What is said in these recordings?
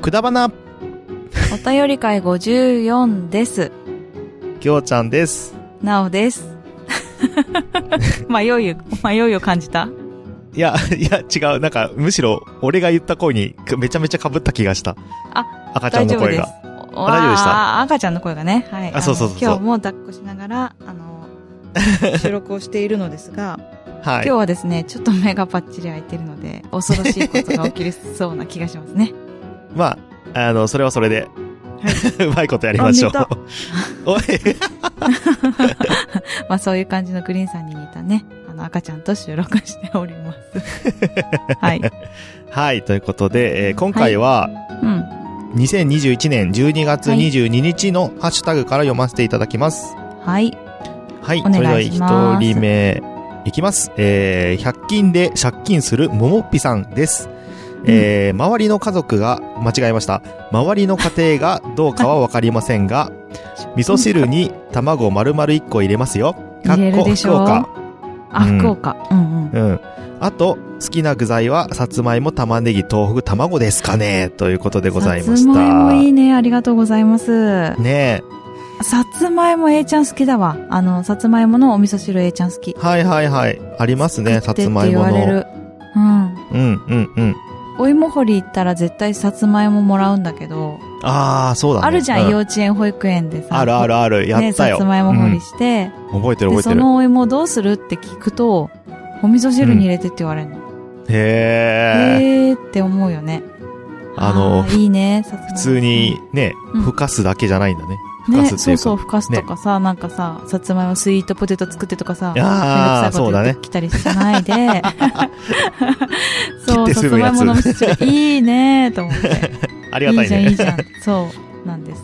くだばな、お便り会54です。きょうちゃんです。なおです。 迷いを、迷いを感じた。いや、 いや、違う。なんか、むしろ、俺が言った声に、くめちゃめちゃ被った気がした。あ、赤ちゃ大んの丈夫声ですが。。お大丈夫でしたわー赤ちゃんの声がね。はい。あそうそうそうそうの今日も抱っこしながら、あ の、収録をしているのですが、はい。今日はですね、ちょっと目がパッチリ開いてるので、恐ろしいことが起きるそうな気がします ね。まあ、あの、それはそれで、 うまいことやりましょうあ。 おい、まあそういう感じのグリーンさんに似たね、あの赤ちゃんと収録しており ます。はい。はい、ということで、えー今回は、うん。 2021年12月22日のハッシュタグから読ませていただきます。はい。はい、お願いそれではします一人目、いきます。えー、100均で借金するももっぴさんです。えー周りの家族が、間違えました。周りの家庭がどうかはわかりません が、味噌汁に卵を丸々1個入れますよ。かっ入れこるでし福ょ岡。あ、うん福岡。うんうん。うん。あと、好きな具材は、さつまいも、玉ねぎ、豆腐、卵ですかねということでございましさた。つまいもいいね。ありがとうございます。ねさつまいも A ちゃん好きだわ。あの、さつまいものお味噌汁 A ちゃん好き。え。はいはいはい。ありますね、作さってつまいもって言われの。る。うん。うんうんうん。お芋掘り行ったら絶対さつまいももらうんだけど、ああ、そうだね。あるじゃん、う幼稚園保育園でさ。あるあるある。やね、ったさよ。つまいも掘りして、うん覚えてるで、覚えそてる。のお芋どうするって聞くと、お味噌汁に入れてって言われるの。へえ。えーって思うよね。あのーいいね、さつまいも普通にね、うんふかすだけじゃないんだね。ふかね、すってそいううそう、か。ふかすとかさ、なんかさ、さつまいもスイートポテト作ってとかさ、あーめんどくさいこと言ってきたりしな いで、切そっう、てさすつぐのまやいつもの味噌汁いいねーと思って。 ありがたいね。いいじゃん、いいじゃん。そう、なんです。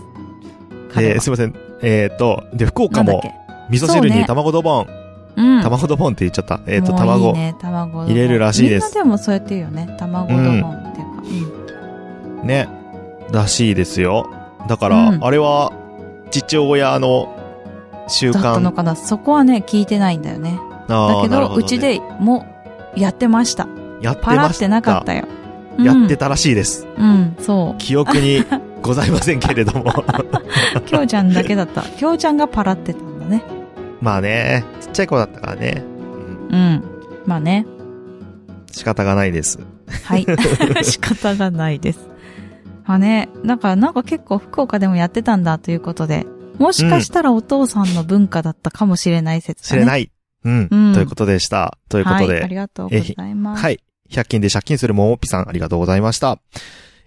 彼で、はすいません。えっと、で、福岡なんだっもけ、味噌汁そうにね卵ドボン。うん。卵ドボンって言っちゃった。えっと、もういい卵。ね、卵丼入れるらしいですみんなでもそうやって言うよね。卵丼っていうか。うんね。らしいですよ。だかうら、んあれは、父親の習だったの慣。かなそこはね、聞いてないんだよね。だあーけなるど、ほねうちでもやってました。やってパラまっしてなかったよ。やってた。たらしいです。うん、そう。記憶にございませんけれど も。きょうちゃんだけだ った。きょうちゃんがパラってたんだね。まあね、ちっちゃい子だったからね。うんうん。まあね。仕方がないです。 はい。仕方がないです。まあね。だからなんか結構福岡でもやってたんだということで。もしかしたらお父さんの文化だったかもしれない説知だね。れい。ない。うん。うんということでした。とということはい。あで。りがとうございます。。はいい。100均で借金するももっぴさん、ありがとうございました。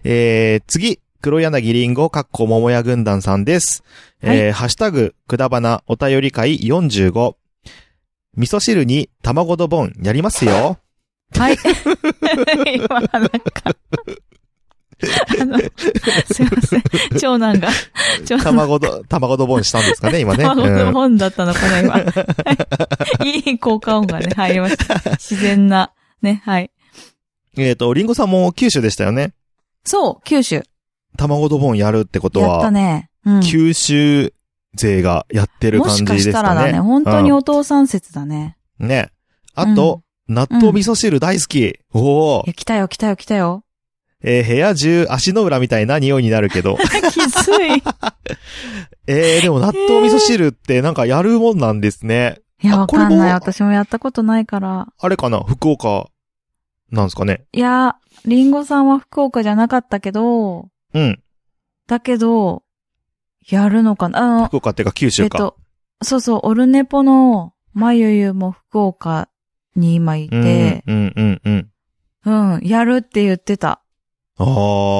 えー、次。黒柳りんご、かっこももや軍団さんです。えーハッシュタグ、くだばな、お便り会45。味噌汁に卵ドボン、やります よ。はい。今なん か。あの、すいません。長男が、長男が卵ど、卵ドボンしたんですかね、今ね。卵うのん本だったの かな、今。はいいい効果音がね、入り ました。自然な。ね、はい。えっ、と、りんごさんも九州でしたよね。そう、九州。卵ドボンやるってことやったは、ね。うん。九州勢がやってるも感しじかでしすたからだね。ね、本当にうんお父さん説だね。ね。あと、納豆味噌汁大好き。おおい。や、来たよ、来たよ、来 たよ。えー部屋中足の裏みたいな匂いになるけど。 きつい。えー、でも納豆味噌汁ってなんかやるもんなんですね。いや、あわこれもかんない。私もやったことないから。あれかな福岡、なんですかね。いや、リンゴさんは福岡じゃなかったけど、うん。だけど、やるのかなあの、福岡っていうか九え州っか。と、そうそう、オルネポの、まゆゆも福岡に今いて、うん、うん、うん、うん。うん、やるって言ってた。あ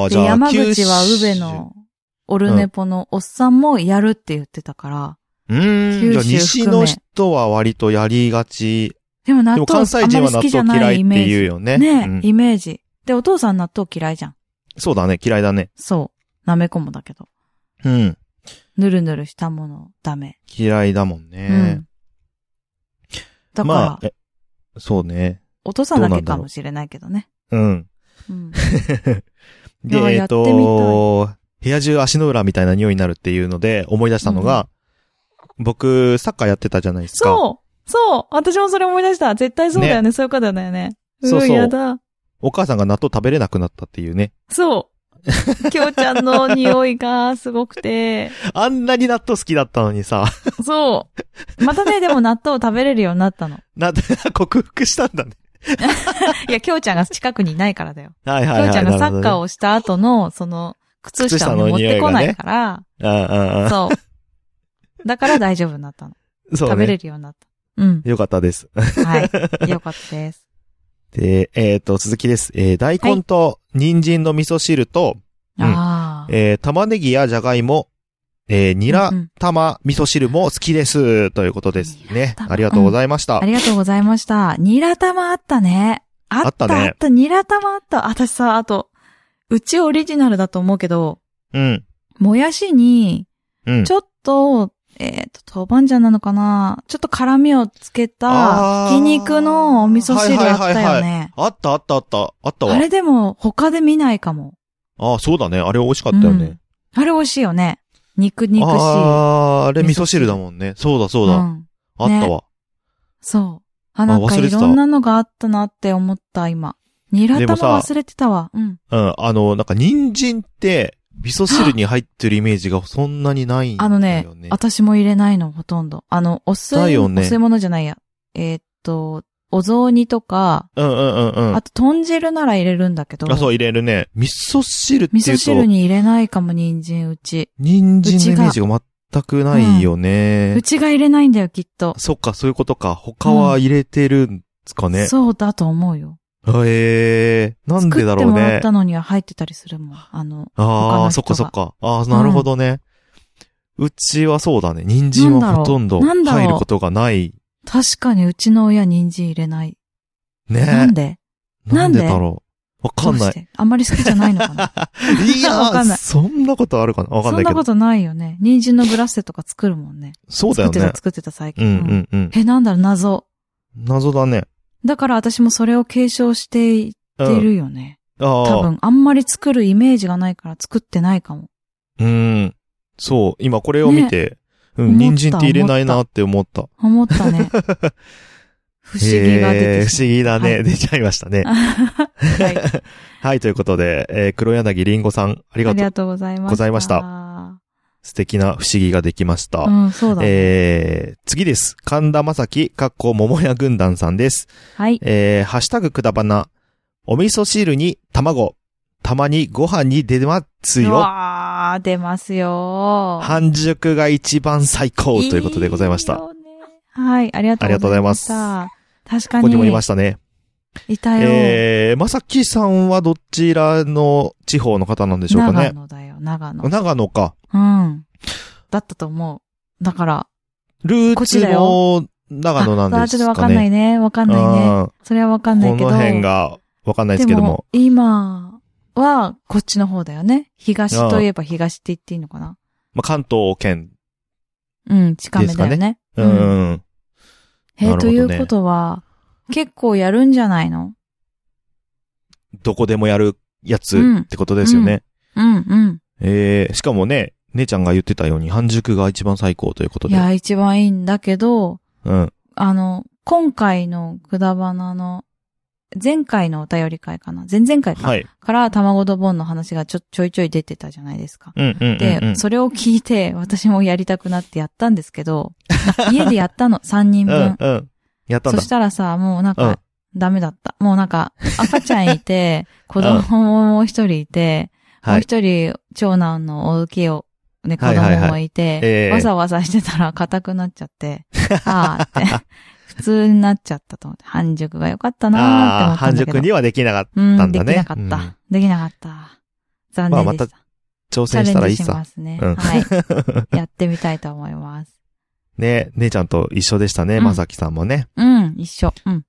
あ、で、じゃあ。山口九州は宇部。の、オルネポのおっさんもやるって言ってたから。うーん。九じゃ州あ西含のめ人は割とやりがち。でも納でも関豆西人はあんま納り好きじゃ豆な嫌いいイっメてージ言うよね。ね、うんイメージ。で、お父さん納豆嫌いじゃん。そうだね、嫌いだね。そう。なめこもだけど。うん。ぬるぬるしたものダメ。嫌いだもんうね。ん。だから、まあ、えそうね。お父さんだけどうなんだかろもうしれないけどね。うん。 うん。 でい、やえやっってみたいと、部屋中足の裏みたいな匂いになるっていうので思い出したのが、僕、サッカーやってたじゃないですか。そうそう私もそれ思い出した絶対そうだよね。そういう方だよね。そうそうやだ。お母さんが納豆食べれなくなったっていうね。そう。 きょうちゃんの匂いがすごくて、あんなに納豆好きだったのにさ、 そう。またね、でも納豆を食べれるようになったの。な、克服したんだね。いや、きょうちゃんが近くにいないからだよ。はいきはいょはうい。ちゃんがサッカーを。をした後の、その、靴下をね靴下持の匂いっがねてこないから、うんうんうん。そう。だから大丈夫になったの。そう食べね。れるようになった。うん。よかったです。はい。よかったです。で、えっ、と、続きです。えー大根と人参の味噌汁と、うんああ。えー玉ねぎやじゃがいも、えーニラうんうん玉味噌汁も好きです。ということですね。玉ありがとうございました。ありがとうございました。ニラ玉あったね。ああっったた、ねあった、ニラ玉あった。あ私さ、あと、うちオリジナルだと思うけど、うん。もやしに、うん。ちょっと、えっ、と、豆板醤なのかなちょっと辛みをつけた、あーひき肉のお味噌汁あったはいはいはいよはね。あったあったあった。あったわあ。れでも、他で見ないかも。ああ、そうだね。あれ美味しかったよね。あれ美味しいよね。肉肉しい。ああ、あれ味噌汁だもんね。そうだそうだ。うん。あったわ。そう。あ、なんか忘れていたろんなのがあったなって思った、今。ニラでも玉さ忘れてたわ。うん。うん。あの、なんか人参って、味噌汁に入ってるイメージがそんなにないんだあよのねね。、私も入れないの、ほとんど。あの、お吸だい、よおね吸い物じゃないや。えーっと、お雑煮とか、うんうんうんうん。あと豚汁なら入れるんだけど、あ、そう、入れるね。味噌汁って味い噌う汁と、に入れないかも、人参うち。人参のイメージが全くないよね。うちが入れないんだよ、きっと。そっか、そういうことか。他は入れてるんですかね。そうだと思うよ。へえー、なんでだろう作ってもらねっ。たのには入ってたりするもん。あの、他あのあ、人そっがかそっか。ああ、なるほどね。うちはそうだね。人参はほとんどなんだろう入ることがない。確かにうちの親人参入れない。ねなんでななんんででだろう。わかんどなうしい。てあんまり好きじゃない のかないやーわかんないそんなことあるかなわかんそなんいけなどこ。とないよね。人参のグラッセとか作るもんね。そうだよ作っねてた、。作ってた最うん近。うんうんうん。え、なんだろう、謎。謎だね。だから私もそれを継承していっうてん。るよね。あ多あ、分、あんまり作るイメージがないから作ってないかも。うん。そう、今これを見て、うん、思った人参って入れないなって思った。思っ たね。不思議がえ出ーて不思議だね。はい出ちゃいましたね。議。はい。あはい、ということで、えー黒柳りんごさん、ありがりとう。がとうございました。ございました素敵な不思議ができました。うん、そうだね。えー、次です。神田正輝、かっこ桃屋軍団さんです。はい。えー、ハッシュタグくだばな、お味噌汁に卵、たまにご飯に出ますうよ。わー、出ますよー。半熟が一番最高ということでございました。いよねはい、ありがとうございました。あ確かこに。こにもいましたね。いたよ。えー、まさきさんはどちらの地方の方なんでしょうか長ね。野だよ、長野。長野か。うん。だったと思う。だから。ルーこっツちだよも長野なんあでちょすっとわかかんないね。ね。わかんないね。それはわかんないうんけこど。の辺がわかんないですけども。。今は、こっちの方だよね。東といえば東って言っていいのかなまあ、関東圏。うん、近めだよですかね。ううんん。えなるほどーねということは、結構やるんじゃないのどこでもやるやつうんってことですよね。うん、うん。えー、しかもね、姉ちゃんが言ってたように半熟が一番最高ということいで。や、一番いいんだけど、うん。あの、今回のくだばなの、前回のお便り会かな前々回か,、はい。から卵ドボンの話がちょ、ちょいちょい出てたじゃないですか。うんうんうん、で、うん。それを聞いて、私もやりたくなってやったんですけど、家でやったの、3人う分ん。うん。やったんそだし。たらさ、もうなうんんか、ダメだった。もうな んか、赤ちゃんいて、子供も一人いて、もはうい。一人、長男の大きいお、ね、子はいはいはい供もいて、ええわざわざしてたら硬くなっち ゃって、ああって、普通になっちゃったと思って、半熟が良かったあなーあ、って思った半んだけど。熟にはできなかっうたん、んでだきねなかった。うんできなかった。残まあ念までたした。た。挑チャ戦したらレいンいジしさま。すね。うんはい。やってみたいと思います。ね、姉ちゃんと一緒でしたね、うんまさきさんもね。うん、一緒。うん。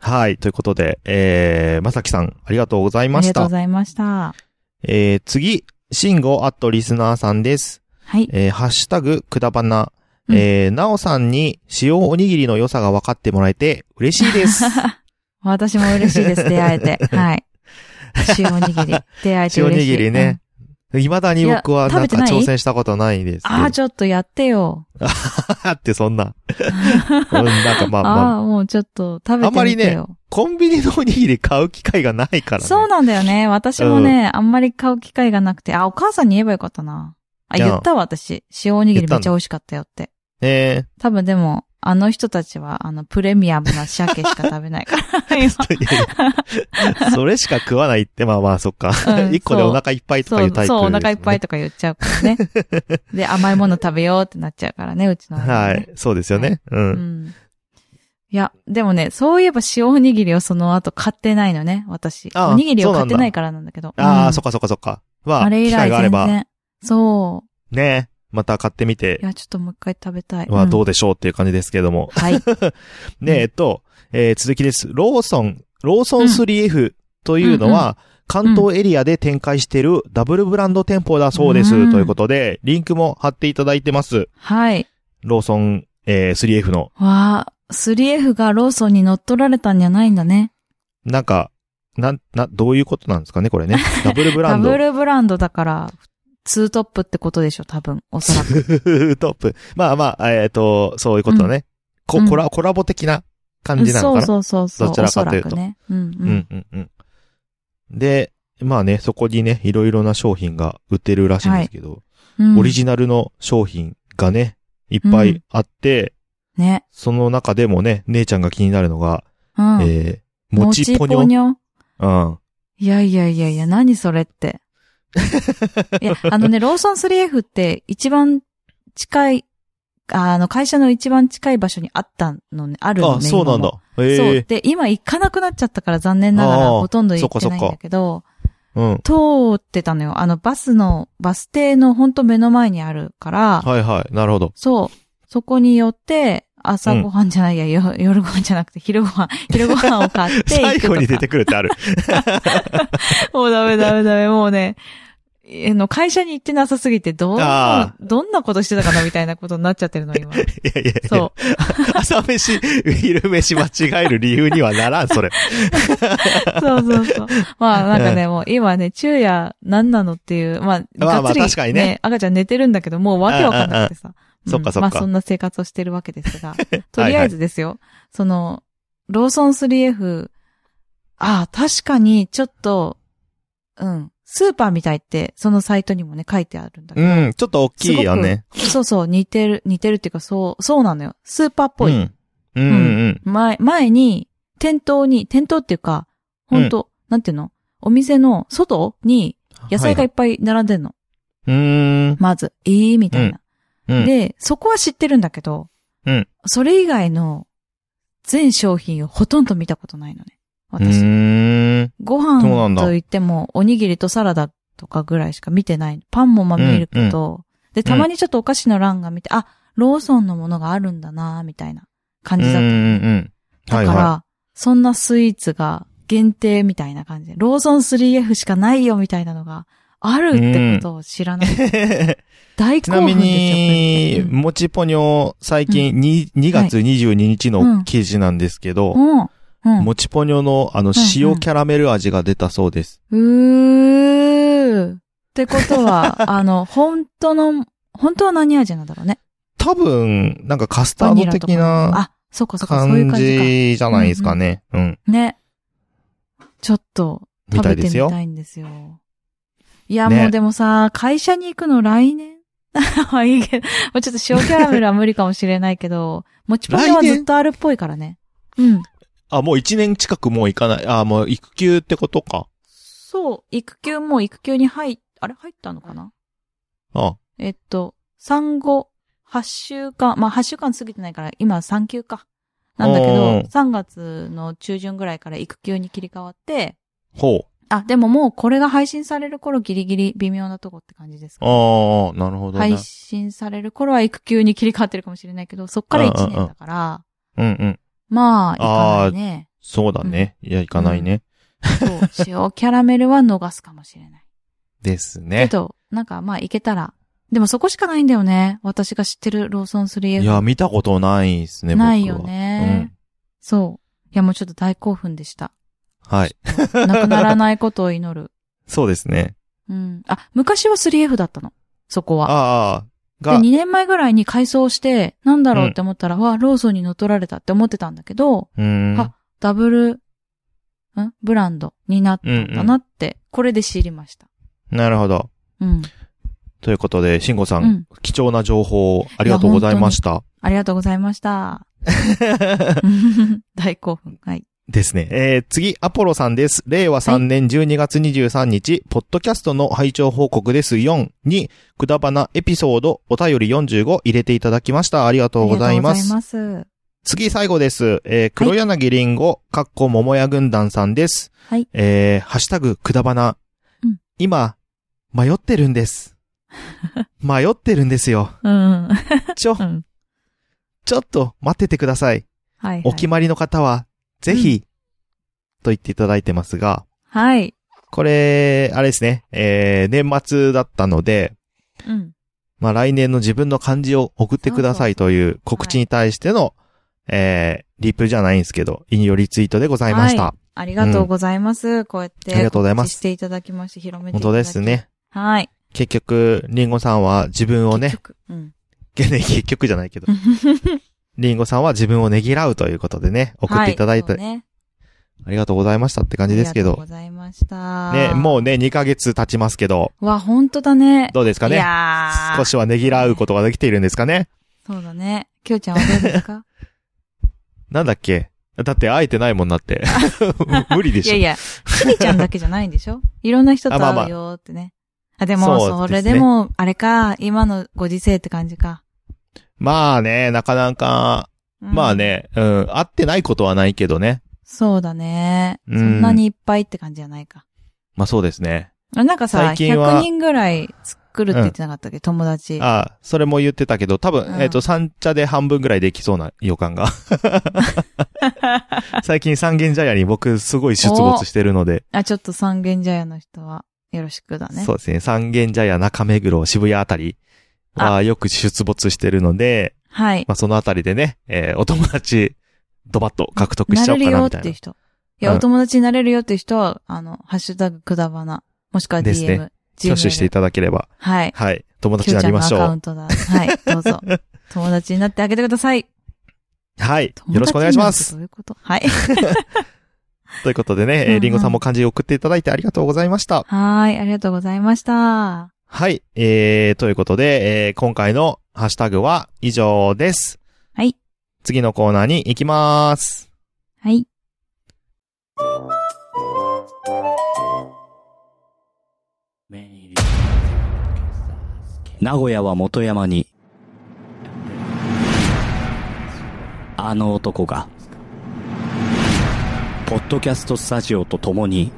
はい。ということで、えー、まさきさん、ありがとうございあまりしがとうたご。ざいました。えー、次、シンゴアットリスナーさんです。はい。えー、ハッシュタグ、くだばな。えー、なおさんに塩おにぎりの良さが分かってもらえて嬉しいです。私 も嬉しいです、出会えて。はい。塩おにぎり。出会えて塩お 嬉にしい。ぎりね。未だに僕はいやなん食べてかない挑戦したことないですけど。ああ、ちょっとやってよ。あ ってそんな。うんなんかまあま ああ、あ、もうちょっと食あべてみてよ。んまりねコンビニのおにぎり買う機会がないからね。そうなんだよね。私もね、あんまり買う機会がなくて。あ、お母さんに言えばよかったな。あ、いや言ったわ、私。塩おにぎりめっちゃ美味しかったよって。え多分でも、あの人たちは、あの、プレミアムな鮭しか食べないから。今え いやい やそれしか食わないって、まあまあ、そっか。うん一個でお腹いっぱいとかそいうタイプです、ね。う、そう、お腹いっぱいとか言っちゃうか らね。で、甘いもの食べようってなっちゃうからね、うちの、はい。。そうですよね。う。うんん。いや、でもね、そういえば塩おにぎりをその後買ってないのね、私。ああおにぎりをそう買なっんだてないからなんだけど。あうあ、んそっかそっかそっか。は、あれ以機来会があれ全ば、然。そね、また買ってみてう。いや、ちょっともう一回食べたい。はどうででしょうっていう感じですけども。はい。ね、えっと、えー続きです。ローソン、ローソン 3F というのは、関東エリアで展開しているダブルブランド店舗だそうでうす。んということで、リンクも貼っていただいてます。はい。ローソン、えー 3F の、わあ、3F がローソンに乗っ取られたんじゃないんだね。なんか、なん、な、どういうことなんですかね、これね。 ダブルブラダンド。ブルブランドだから、ツートップってことでしょ、多分。おそら く。トップ。まあまあ、えっ、と、そういうことね。こうんコラ、コラボ的な感じなのそかうな。そうそうそう。どちらかというとおそらくね。うんううんん。うんうん。で、まあね、そこにね、いろいろな商品が売ってるらしいんですけど、うんオリジナルの商品がね、いっぱいあって、ね。その中でもね、姉ちゃんが気になるのが、うん。えー、ももちちぽぽににょょ。うん。いやいやいやいや、何そ れって。いや、あのね、ローソン 3F って一番近い、あの、会社の一番近い場所にあったのね、あるのあ、ね。そうなんだ。今も。そう。ええで、今行かなくなっちゃったから残念ながらあーほとんど行ってないんだけど、うん。通ってたのよ。あの、バスの、バス停のほんと目の前にあるから、はいはい。なるほど。そう。そこに寄って、朝ごはんじゃないや、よ夜ごはんじゃなくて、昼ごはん、昼ごはんを買って行くとか。 最後に出てくるってあ る。もうダメダメダメ、もうね、えの、会社に行ってなさすぎて、どうあ、どんなことしてたかなみたいなことになっちゃってるの、 今。いやいやいや。そ朝飯、昼飯間違える理由にはならん、それ。う。そうそうそう。まあ、なんかね、もう今ね、昼夜何なのっていう、ままあ、あまあがっつり確かにね赤ちゃん寝てるんだけど、もうわけわかんなくてさ。うんそっかそっかまあ、そんな生活をしてるわけです が、とりあえずですよ、その、ローソン 3F、ああ、確かに、ちょっと、うん、スーパーみたいって、そのサイトにもね、書いてあるんだけどうん、ちょっと大きいよね。そうそう、似てる、似てるっていうか、そう、そうなのよ。スーパーっぽい。うん。うんうん前、前に、店頭に、店頭っていうか、本当、なんていうのお店の外に野菜がいっぱい並んでるの。うーん。まず、えー、みたいな、うん、で、そこは知ってるんだけど、うんそれ以外の全商品をほとんど見たことないのね。う私。ーん。ごそうなん飯だと言っても、おにぎりとサラダとかぐらいしか見てない。パンもまあ見るけど、で、たまにちょっとお菓子の欄が見て、あ、ローソンのものがあるんだなみたいな感うんうじだった。んうん。はだいから、はそんなスイーツが限定みたいな感じで、ローソン 3F しかないよみたいなのがあるってことを知 らない。い。大ち興なみ奮ですに、よ。うんもちぽにょ、最近に、2月22日の記事なんですけど、これうん。うん。もちぽにょの、あの、うん塩キャラメル味が出たそうです。うー。ってこ とは、あの、本当の、本当は何味なんだろうね。多分、なんかカスタード的なあ、そっかそっか、そういう感感じじじゃないですかね。うん。か。ね。ちょっと、み食たいでべてみすよ。たいんですよ。いや、ねもうでもさ、会社に行くの来年 まあいいけど、もうちょっと塩キャラメルは無理かもしれないけど、もちパンは来年ずっとあるっぽいからね。うん。あ、もう1年近くもう行かない。あ、もう育休ってことか。そう、育休もう育休に入っ、あれ入ったのかなあ、えっと、産後8週間、まあ8週間過ぎてないから、今産休か。なんだけおど、ー3月の中旬ぐらいから育休に切り替わって、ほあ、でももうこれが配信される頃ギリギリ微妙なとこって感じですう。か、ああ、なるほどね。配信される頃は育休に切り替わってるかもしれないけど、そっから1年だから、うんうん。まあ、いかないね。そうだね。いや、行かないね。そう、塩キャラメルは逃すかもし れない。ですけね。ど、なんかまあ、いけたら。でもそこしかないんだよね。私が知ってるローソンい 3F。や、見たことないですね、僕は。ないようねん。。そう。いや、もうちょっと大興奮でした。はい。なくならないことを祈る。そうですね。うん。あ、昔は 3F だったの。そこは。ああ、で、が、 2年前ぐらいに改装して、なんだろうって思ったら、わあ、ローソンに乗っ取られたって思ってたんだけど、うーん。あダブル、んブランドになったんだなって、これで知りました。なるほど。うん。ということで、慎吾さん、うん貴重な情報ありがとうございました。ありがとうござい ました。大興奮。はい。ですね。えー、次、アポロさんです。令和3年12月23日、ポッドキャストの拝聴報告です4に、くだばなエピソード、お便り45入れていただきました。ありがとうございまありがとうございす。ます。次、最後です。えー、黒柳りんご、かっこ桃屋軍団さんです。はいえー、ハッシュタグ、くだばな。うん今、迷ってるん です。迷ってるんですよ。うん。ちょ、うんちょっと待っててください。はい、お決まりの方は、ぜひ、と言っていただいてますが、はい。これ、あれですね、えー、年末だったので、うん。まあ来年の自分の漢字を送ってくださいという告知に対しての、えー、リプじゃないんですけど、引用リツイートでございました。はありがとうございます。こうやって。ありがとうございます告知していただきまして、広めてい本ただ当きです。ね。はい。結局、リンゴさんは自分をね結、局。うん。 結局じゃないけど、 リンゴさんは自分をねぎらうということでね、送っていただいて、はそうね、ありがとうございましたって感じですけありがどとうご、ざいました。ね、もうね、2ヶ月経ちますけど、う。わ、本当だね。どうですかいねやー少しはねぎらうことができているんですかねそうだね。きょうちゃんはどうですかなんだっけだって会えてないもんなっ て。無 理でいしょ。やいや、しりちゃんだけじゃないんでしょいろんな人とあまあまあ会うよーってね。あ、でも、そそうですねれでも、あれか、今のご時世って感じか。まあね、なかなか、うんまあ。ね、うん、会ってないことはないけどね。そうだね。うんそんなにいっぱいって感じじゃないか。まあそうですね。あなんかさ、最近は100人ぐらい作るって言ってなかったっけ、友達。ああ、それも言ってたけど、多分、うんえっ、と、三茶で半分ぐらいできそうな予感 が。最近三軒茶屋に僕すごい出没してるので、あ、ちょっと三軒茶屋の人は、よろしくだね。そうですね、三軒茶屋、中目黒、渋谷あたりはよく出没してるので、はい。まあそのあたりでね、えーお友達、ドバッと獲得しなちゃおれうかるなよみったいていなう。人。いや、うんお友達になれるよっていう人は、あの、ハッシュタグくだばな、もしくは DM、ですね Gmail 挙手していただければ、はい。はい、友達キにュなーちりゃんましょのアカウう。ントだ。はい、どうぞ。 友達になってあげてください。はい、友達になるってよろしくお願いしますど。ういうことはい。ということでね、うんえうーんリンゴさんも漢字を送っていただいてありがとうございました。はい、ありがとうございました。はい、えー、ということで、えー、今回のハッシュタグは以上です。はい。次のコーナーに行きまーす。はい。名古屋は元山に、あの男が、ポッドキャストスタジオと共に、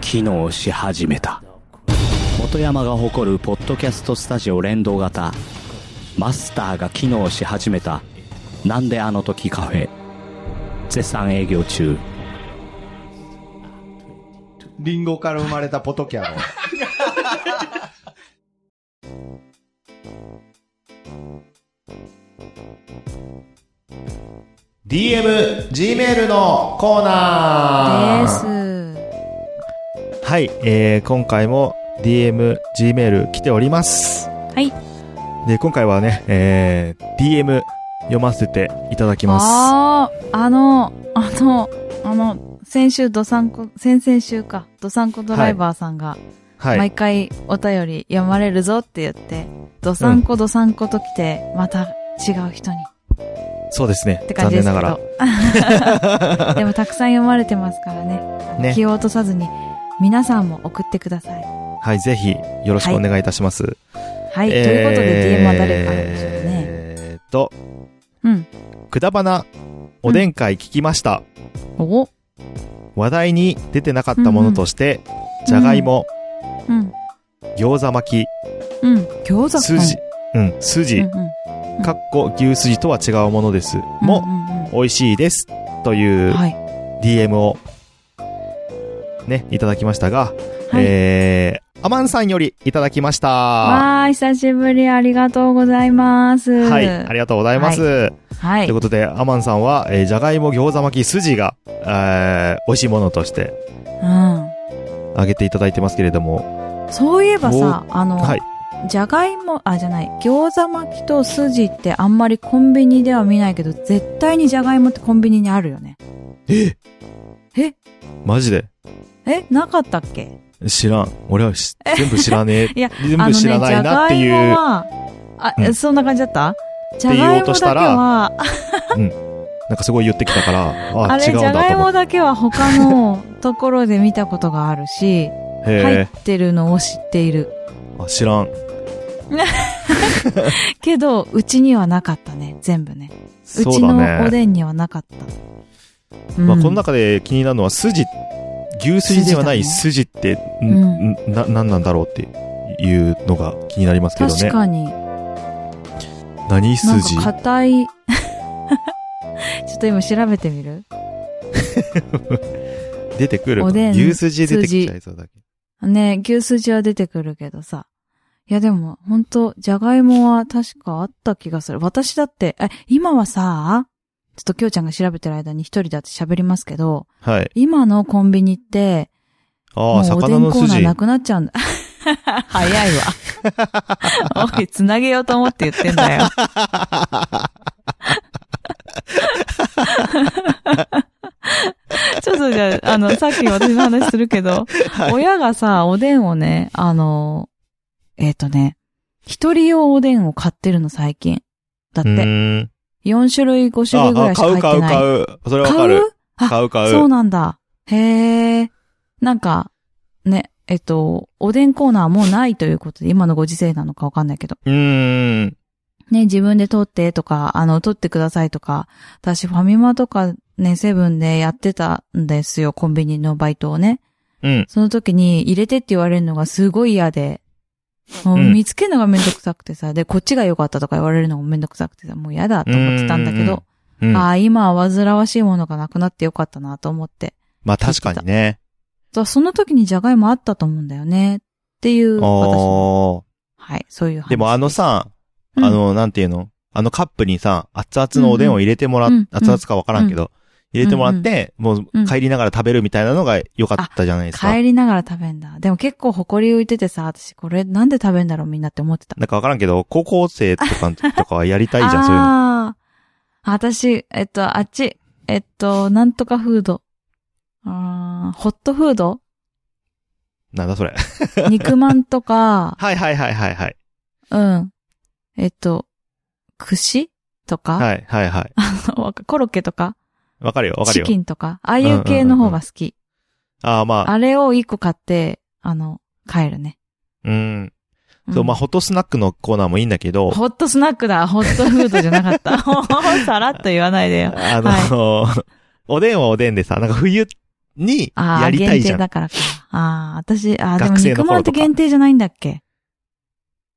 機能し始めた。元山が誇るポッドキャストスタジオ連動型、マスターが機能し始めた、なんであの時カフェ、絶賛営業中。リンゴから生まれたポトキャ ロ。 DM、Gmail のコーナーです。はい、えー、今回も DM、Gmail 来ております。はい。で、今回はね、えー、DM 読ませていただきます。ああ、あの、あの、あの、先週、ドサンコ、先々週か、ドサンコドライバーさんが、は毎い。回お便り読まれるぞって言って、ドサンコドサンコと来て、また違う人にっそうですねて。感残じで念すなけがらど。。 でもたくさん読まれてますからね。あのね気を落とさずに、皆さんも送ってください。はい、ぜひ、よろしくお願いいたします。はい。とえーいうことで、DM は誰かあるんでしょうね。えーっと、うん。くだばな、おでん会聞きました。お話題に出てなかったものとして、んじゃがいも、うん。餃子巻うん。餃き、子筋、うん、筋、うんうんうんかっこ牛筋とは違うものです。うんも、うんうん美味しいです。というはい。 DM を、ね、いただきましたが、はいえー、アマンさんよりいただきました。はわー、久しぶり、ありがとうございます。い、ありがとうございます。はいという。ことで、アマンさんは、えー、じゃがいも餃子巻き筋が、えー、美味しいものとして、うん。あ挙げていただいてますけれども。そういえばさ、あの、はい。じゃがいも、あ、じゃない、餃子巻きとスジってあんまりコンビニでは見ないけど、絶対にじゃがいもってコンビニにあるよね。マジで。え、なかったっけ知らん。俺はし全部知らねえ。 いや全部知らないなっていう。あのね、じゃがいもは、あ、うんそんな感じだったじゃ言がおいうもだとしけたらは、あなんかすごい言ってきたから、あ、あれ、違じうんだゃとがい思もって。だけは他のところで見たことがあるし、入へってるのを知っている。え。あ、知らん。けど、うちにはなかったね、全部ね。うそちうだのおね。でんにはなかった。うんまあ、この中で気になるのは、筋、牛筋ではない筋って、んんな、なんなんだろうっていうのが気になりますけど確ね。かに。何なん筋か硬い。ち ょっと今調べてみる出てくるおでん牛筋出てきちゃいそうだけど。ね牛すじは出てくるけどさ。いやでも、ほんと、じゃがいもは確かあった気がする。私だって、え、今はさ、ちょっときょうちゃんが調べてる間に一人だって喋りますけど、はい。今のコンビニって、あもあ、うおで魚んのコーナー筋。なくなっちゃうんだ。 早いわ。 おい、つなげようと思って言ってんだよ。ちょっとじゃあ、あの、さっき私の話するけど、親がさ、おでんをね、あの、えっ、とね、一人用おでんを買ってるの最近。だうって、ーん。 4種類、5種類ぐあらあ、いし買うか入って買うない。買う。それわかる。あ買う買そうう。なんだ。へえ。なんか、ね、えっと、おでんコーナーもうないということで、今のご時世なのかわかんないけど。うーん。ね、自分で取ってとか、あの、取ってくださいとか、私ファミマとかね、セブンでやってたんですよ、コンビニのバイトをね。うん。その時に入れてって言われるのがすごい嫌で、もううん見つけるのがめんどくさくてさ、で、こっちが良かったとか言われるのもめんどくさくてさ、もう嫌だと思ってたんだけうんうんど、うん。ああ、今は煩わしいものがなくなってよかったなと思って。まあ確かにね。そうその時にジャガイモあったと思うんだよね。っていう、あ私の。ーはい、そういう話。でもあのさ、うん、あの、なんていうのあのカップにさ、熱々のおでんを入れてもらっ、うんうん熱々かわからんけど、入れてもらって、もううん帰りながら食べるみたいなのが良かったじゃないですか。帰りながら食べんだ。でも結構埃浮いててさ、私これなんで食べんだろうみんなって思ってた。なんかわからんけど、高校生とか、とかはやりたい じゃん、そういうの。ああ、私、えっと、あっち、えっと、なんとかフード。あーホットフ ードなんだそれ。肉まんとか、はいはいはいはいはい。うん。えっと、串とか、はいはいはい。 わかコロッケとか、わかるよ、わかるチよキ。ンとか、ああいう系の方が好き。ああ、まあ、あれを一個買って、あの、帰るね。うん。んそう、まあ、ホットスナックのコーナーもいいんだけど、ホットスナックだ。ホットフードじゃなか った。もうさらっと言わないでよ。あの、 おでんはおでんでさ、なんか冬にあやあ、りたい限じゃ定ん。だからか。ああ、私、ああ、でも学生の肉頃まんっとてか限定じゃないんだっけ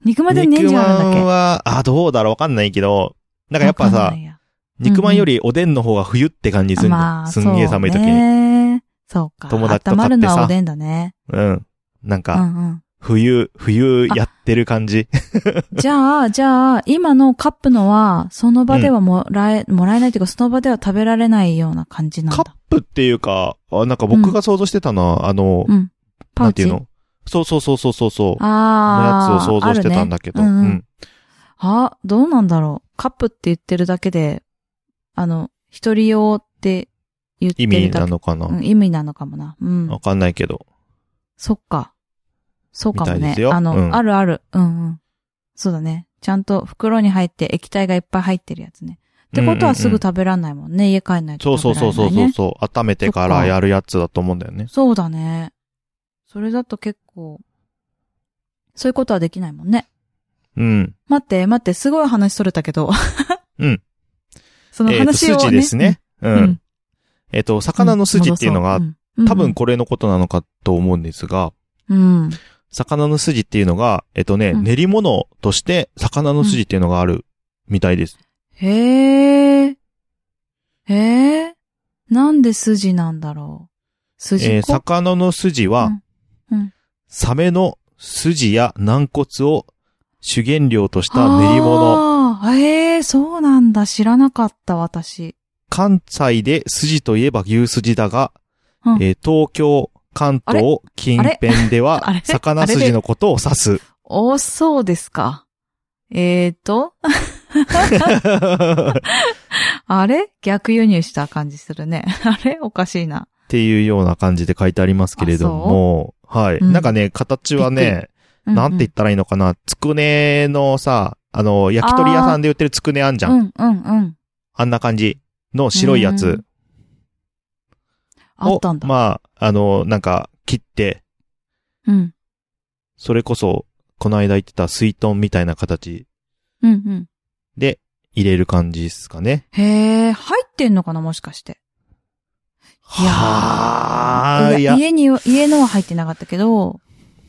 肉まんって年肉中あまるんだっけんは、あ、どうだろうわかんないけど、なんかやっぱわさかんな、いや肉まんよりおでんの方が冬って感じするんだ。まあ、すんげえ寒い時に。そううね。そうか。友達と買ってさ温まるのはおでんだね。ん。なんうか、ん冬、冬やってる感じ。うん。じゃあ、じゃあ、今のカップのは、その場ではもらえ、もらえないというか、その場では食べられないような感じなんカッだ。プっていうか、あなんか僕が想像してたのは、あの、うん。パなウんてチいうのそうそうそうそうそうそう。ああ。のやつを想像してたんだけど。あるねうんうんうんあ、どうなんだろう。カップって言ってるだけで、あの、一人用って言って意る味だけなのかなうん意味なのかもな。うんわ。かんないけど。そっか。そうかもみたいねです。よあの、うんあるある。うんうん。そうだね。ちゃんと袋に入って液体がいっぱい入ってるやつね。ってことはすぐうんうんうん食べらんないもんね。家帰んないそとうそ食うべらそれうない、ね。そうそうそう。温めてかそっらかやるやつだと思うんだよね。そうだね。それだと結構、そういうことはできないもんね。うん。待って、待って、すごい話それたけど。うん。 そのえっと、話を、ね。筋ですね。ううん。ん。えっと、魚の筋っていうのが、多分これのことなのかと思うんですが、うん。魚の筋っていうのが、えっとね、うん練り物として魚の筋っていうのがあるみたいです。へえ。へえ。なんで筋なんだろう。筋えー子魚の筋は、うんうんサメの筋や軟骨を主原料とした練り物。あーへえ、そうなんだ。知らなかった、私。関西で筋といえば牛筋だが、うんえー東京、関東近辺ではあれ、 魚筋のことを指す。お、そうですか。えーと、 っあれ逆輸入した感じするね。 あれおかしいな。ていうような感じで書いてありますけれども、はい。うんなんかね、形はね、うなんて言ったらいいのかな、つくねのさ、あの、焼き鳥屋さんで売ってるつくねあんじゃん。あうんうんうん。んな感じの白いやつうんを、あったんだ。まあ、あの、なんか、切って、うん。それこそ、この間言ってた水豚みたいな形うんうん。で入れる感じですかね。へえ、入ってんのかなもしかして。いやーはーいいやや、、家に、家のは入ってなかったけど、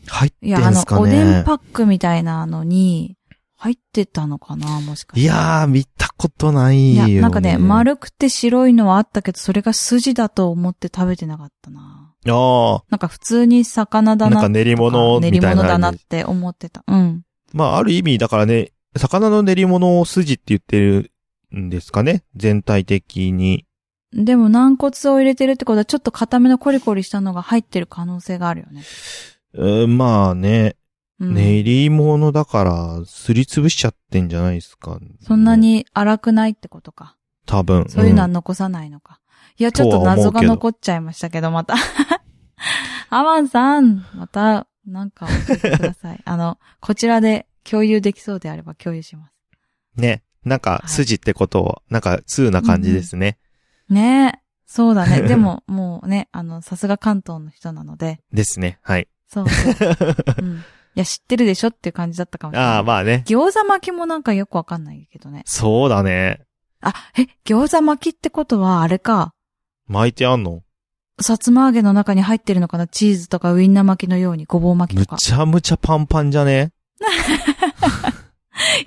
入っいてや、あんのす、かおでねん。パックみたいなのに、入ってたのかなもしかして。いやー、見たことないいよ、や、ね。なんかね、。丸くて白いのはあったけど、それが筋だと思って食べてなかったな。あなんか普通に魚あ、だなんなか練りとか物練みりたいな。物だなって思ってた。うん。まあ、ある意味、だからね、魚の練り物を筋って言ってるんですかね。全体的に。でも軟骨を入れてるってことは、ちょっと固めのコリコリしたのが入ってる可能性があるよね。うーまあね、うん、練り物だから、すりつぶしちゃってんじゃないですか、そんな。に粗くないってことか。多分。そういうのはん残さないのか。いや、ちょっと謎が残っちゃいましたけど、また。 アマンさん、また、なんか教えてく ださい。あの、こちらで共有できそうであれば共有します。ね。なんか、はい筋ってことを、なんか、通な感じですね。ねえ。そう だね。でも、もうね、あの、さすが関東の人なので、ですね。はい。そ うそう。うん。いや、知ってるでしょっていう感じだったかもしれない。ああ、まあね。餃子巻きもなんかよくわかんないけどね。そうだね。あ、え、餃子巻きってことは、あれか、巻いてあんのさつま揚げの中に入ってるのかなチーズとかウインナー巻きのように、ごぼう巻きむとか。ちゃむちゃパンパンじゃね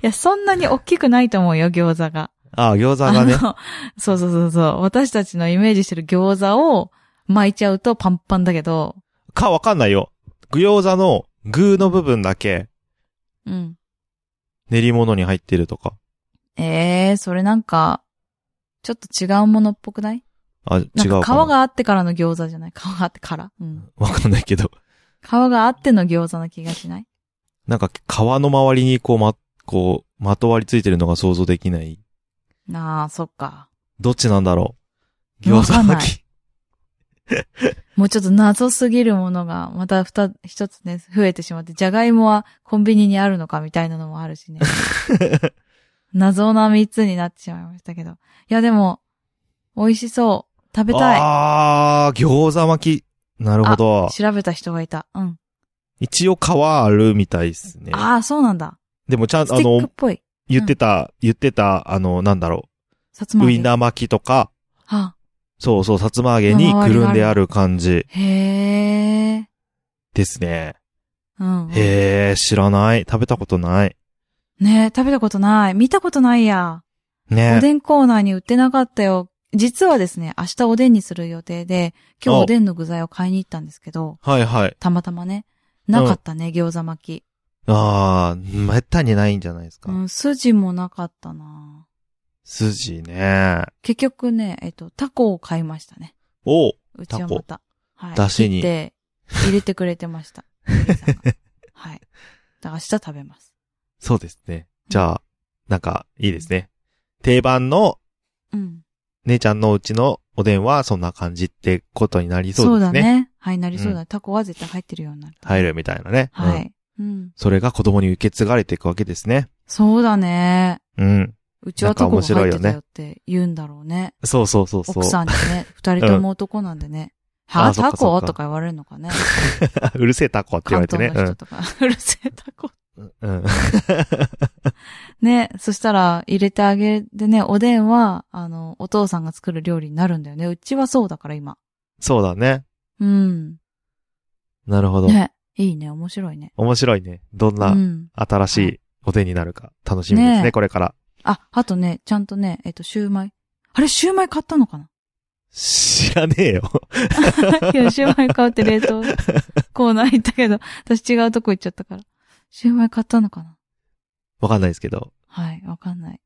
いや、そんなに大きくないと思うよ、餃子が。ああ、餃子がねあ。のそうそうそうそう。私たちのイメージしてる餃子を巻いちゃうとパンパンだけど、かわかんないよ。餃子の具の部分だけうん。練り物に入ってるとか。ええー、それなんか、ちょっと違うものっぽくないあ、違うなかんかな。皮があってからの餃子じゃない皮があってからうん。わかんないけど。 皮があっての餃子の気がしないなんか皮の周りにこうま、こう、まとわりついてるのが想像できない。なあ、そっか。どっちなんだろう。わ餃か子んない巻き。もうちょっと謎すぎるものが、また二、一つね、増えてしまって、じゃがいもはコンビニにあるのかみたいなのもあるしね。謎な三つになってしまいましたけど。いや、でも、美味しそう。食べたい。あー、餃子巻き。なるほど。調べた人がいた。うん。一応皮あるみたいですね。ああ、そうなんだ。でもちゃんスと、あティックのっ、ぽい。言ってた、言ってた、あの、なんだろさつう。ま揚ウげ。インナー巻きとか、はあ、そうそう、さつま揚げにくるんである感じへえ。ですね。うん。へー、知らない。食べたことない。ねえ、食べたことない。見たことないや。おねでんコーナーに売ってなかったよ。実はですね、明日おでんにする予定で、今日おおでんの具材を買いに行ったんですけど、はいはい。たまたまね。なかったね、餃子巻き。あー、めったにないんじゃないですか。うん、筋もなかったな筋ね。結局ね、えっと、タコを買いましたね。おうちはまた。はい。だしに切って、入れてくれてま した。お兄さんがはい。だから明日食べます。そうですね。じゃあ、なんか、いいですね。定番のうん。姉ちゃんのうちのおでんはそんな感じってことになりそそううですだね。ね。はい、なりそうだね。タコは絶対入ってるようになる。入るみたいなね。はうんい。うん。それが子供に受け継がれていくわけですね。そうだね。うん。うちはタコが入ってたよって言うんだろうね。そうそうそうそう。奥さんにね、二人とも男なんでね。うんはあぁ、そっかタそっコかとか言われるのかね。 うるせえタコって言わ関れて東ね。の人とか。 うるせえタコ。うん。うん。ね、そしたら入れてあげてね、おでんは、あの、お父さんが作る料理になるんだよね。うちはそうだから今。そうだね。うん。なるほど。ね、いいね、面白いね。面白いね。どんう。なん新しいおでんになるか楽しみですね、ねえこれから。あ、あとね、ちゃんとね、えっと、シューマイ。あれ、シューマイ買ったの かな知らねえよ。 いや、シューマイ買うって冷凍コーナー行ったけど、私違うとこ行っちゃったから。シューマイ買ったのかなわかんないですけど。はい、わかんない。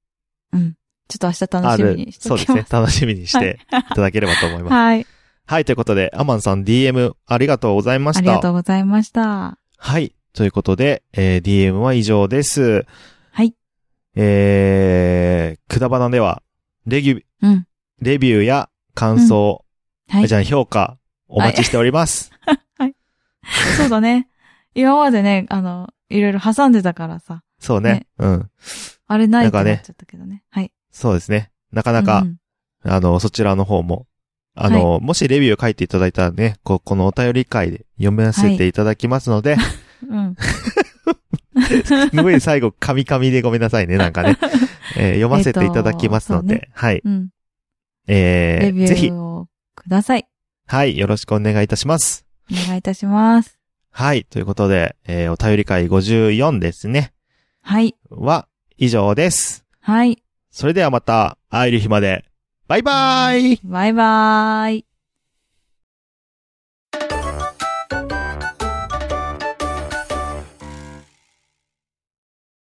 うん。ちょっと明日あ楽しみるにしてそおうきでますす。ね。楽しみにしていただければと思います。はい。はい、ということで、アマンさん DM ありがとうございまあしりがとた。うございました。はい、ということで、えー DM は以上です。はい。えー、くだばなでは、レギュ、うん。レビューや感想、はい。じゃあ評価、お待ちしております。そうだね。今までね、あの、いろいろ挟んでたからさ。そうねねうん。あれないってなんかねなっちゃったけどね。はい。そうですね。なかなかうんう、んあの、そちらの方も、あの、もしレビュー書いていただいたらね、ここのお便り会で読ませていただきますので、うん。すごい最後、カミカミでごめんなさいね、なんか ね。えー読ませていただきますので、えっはい。うん。えレビー、ぜュひー、をください。はい、よろしくお願いいたします。お願いいたします。はい、ということで、えーお便り会54ですね。はい。は、以上です。はい。それではまた、会える日まで。バイバーイバイバーイ。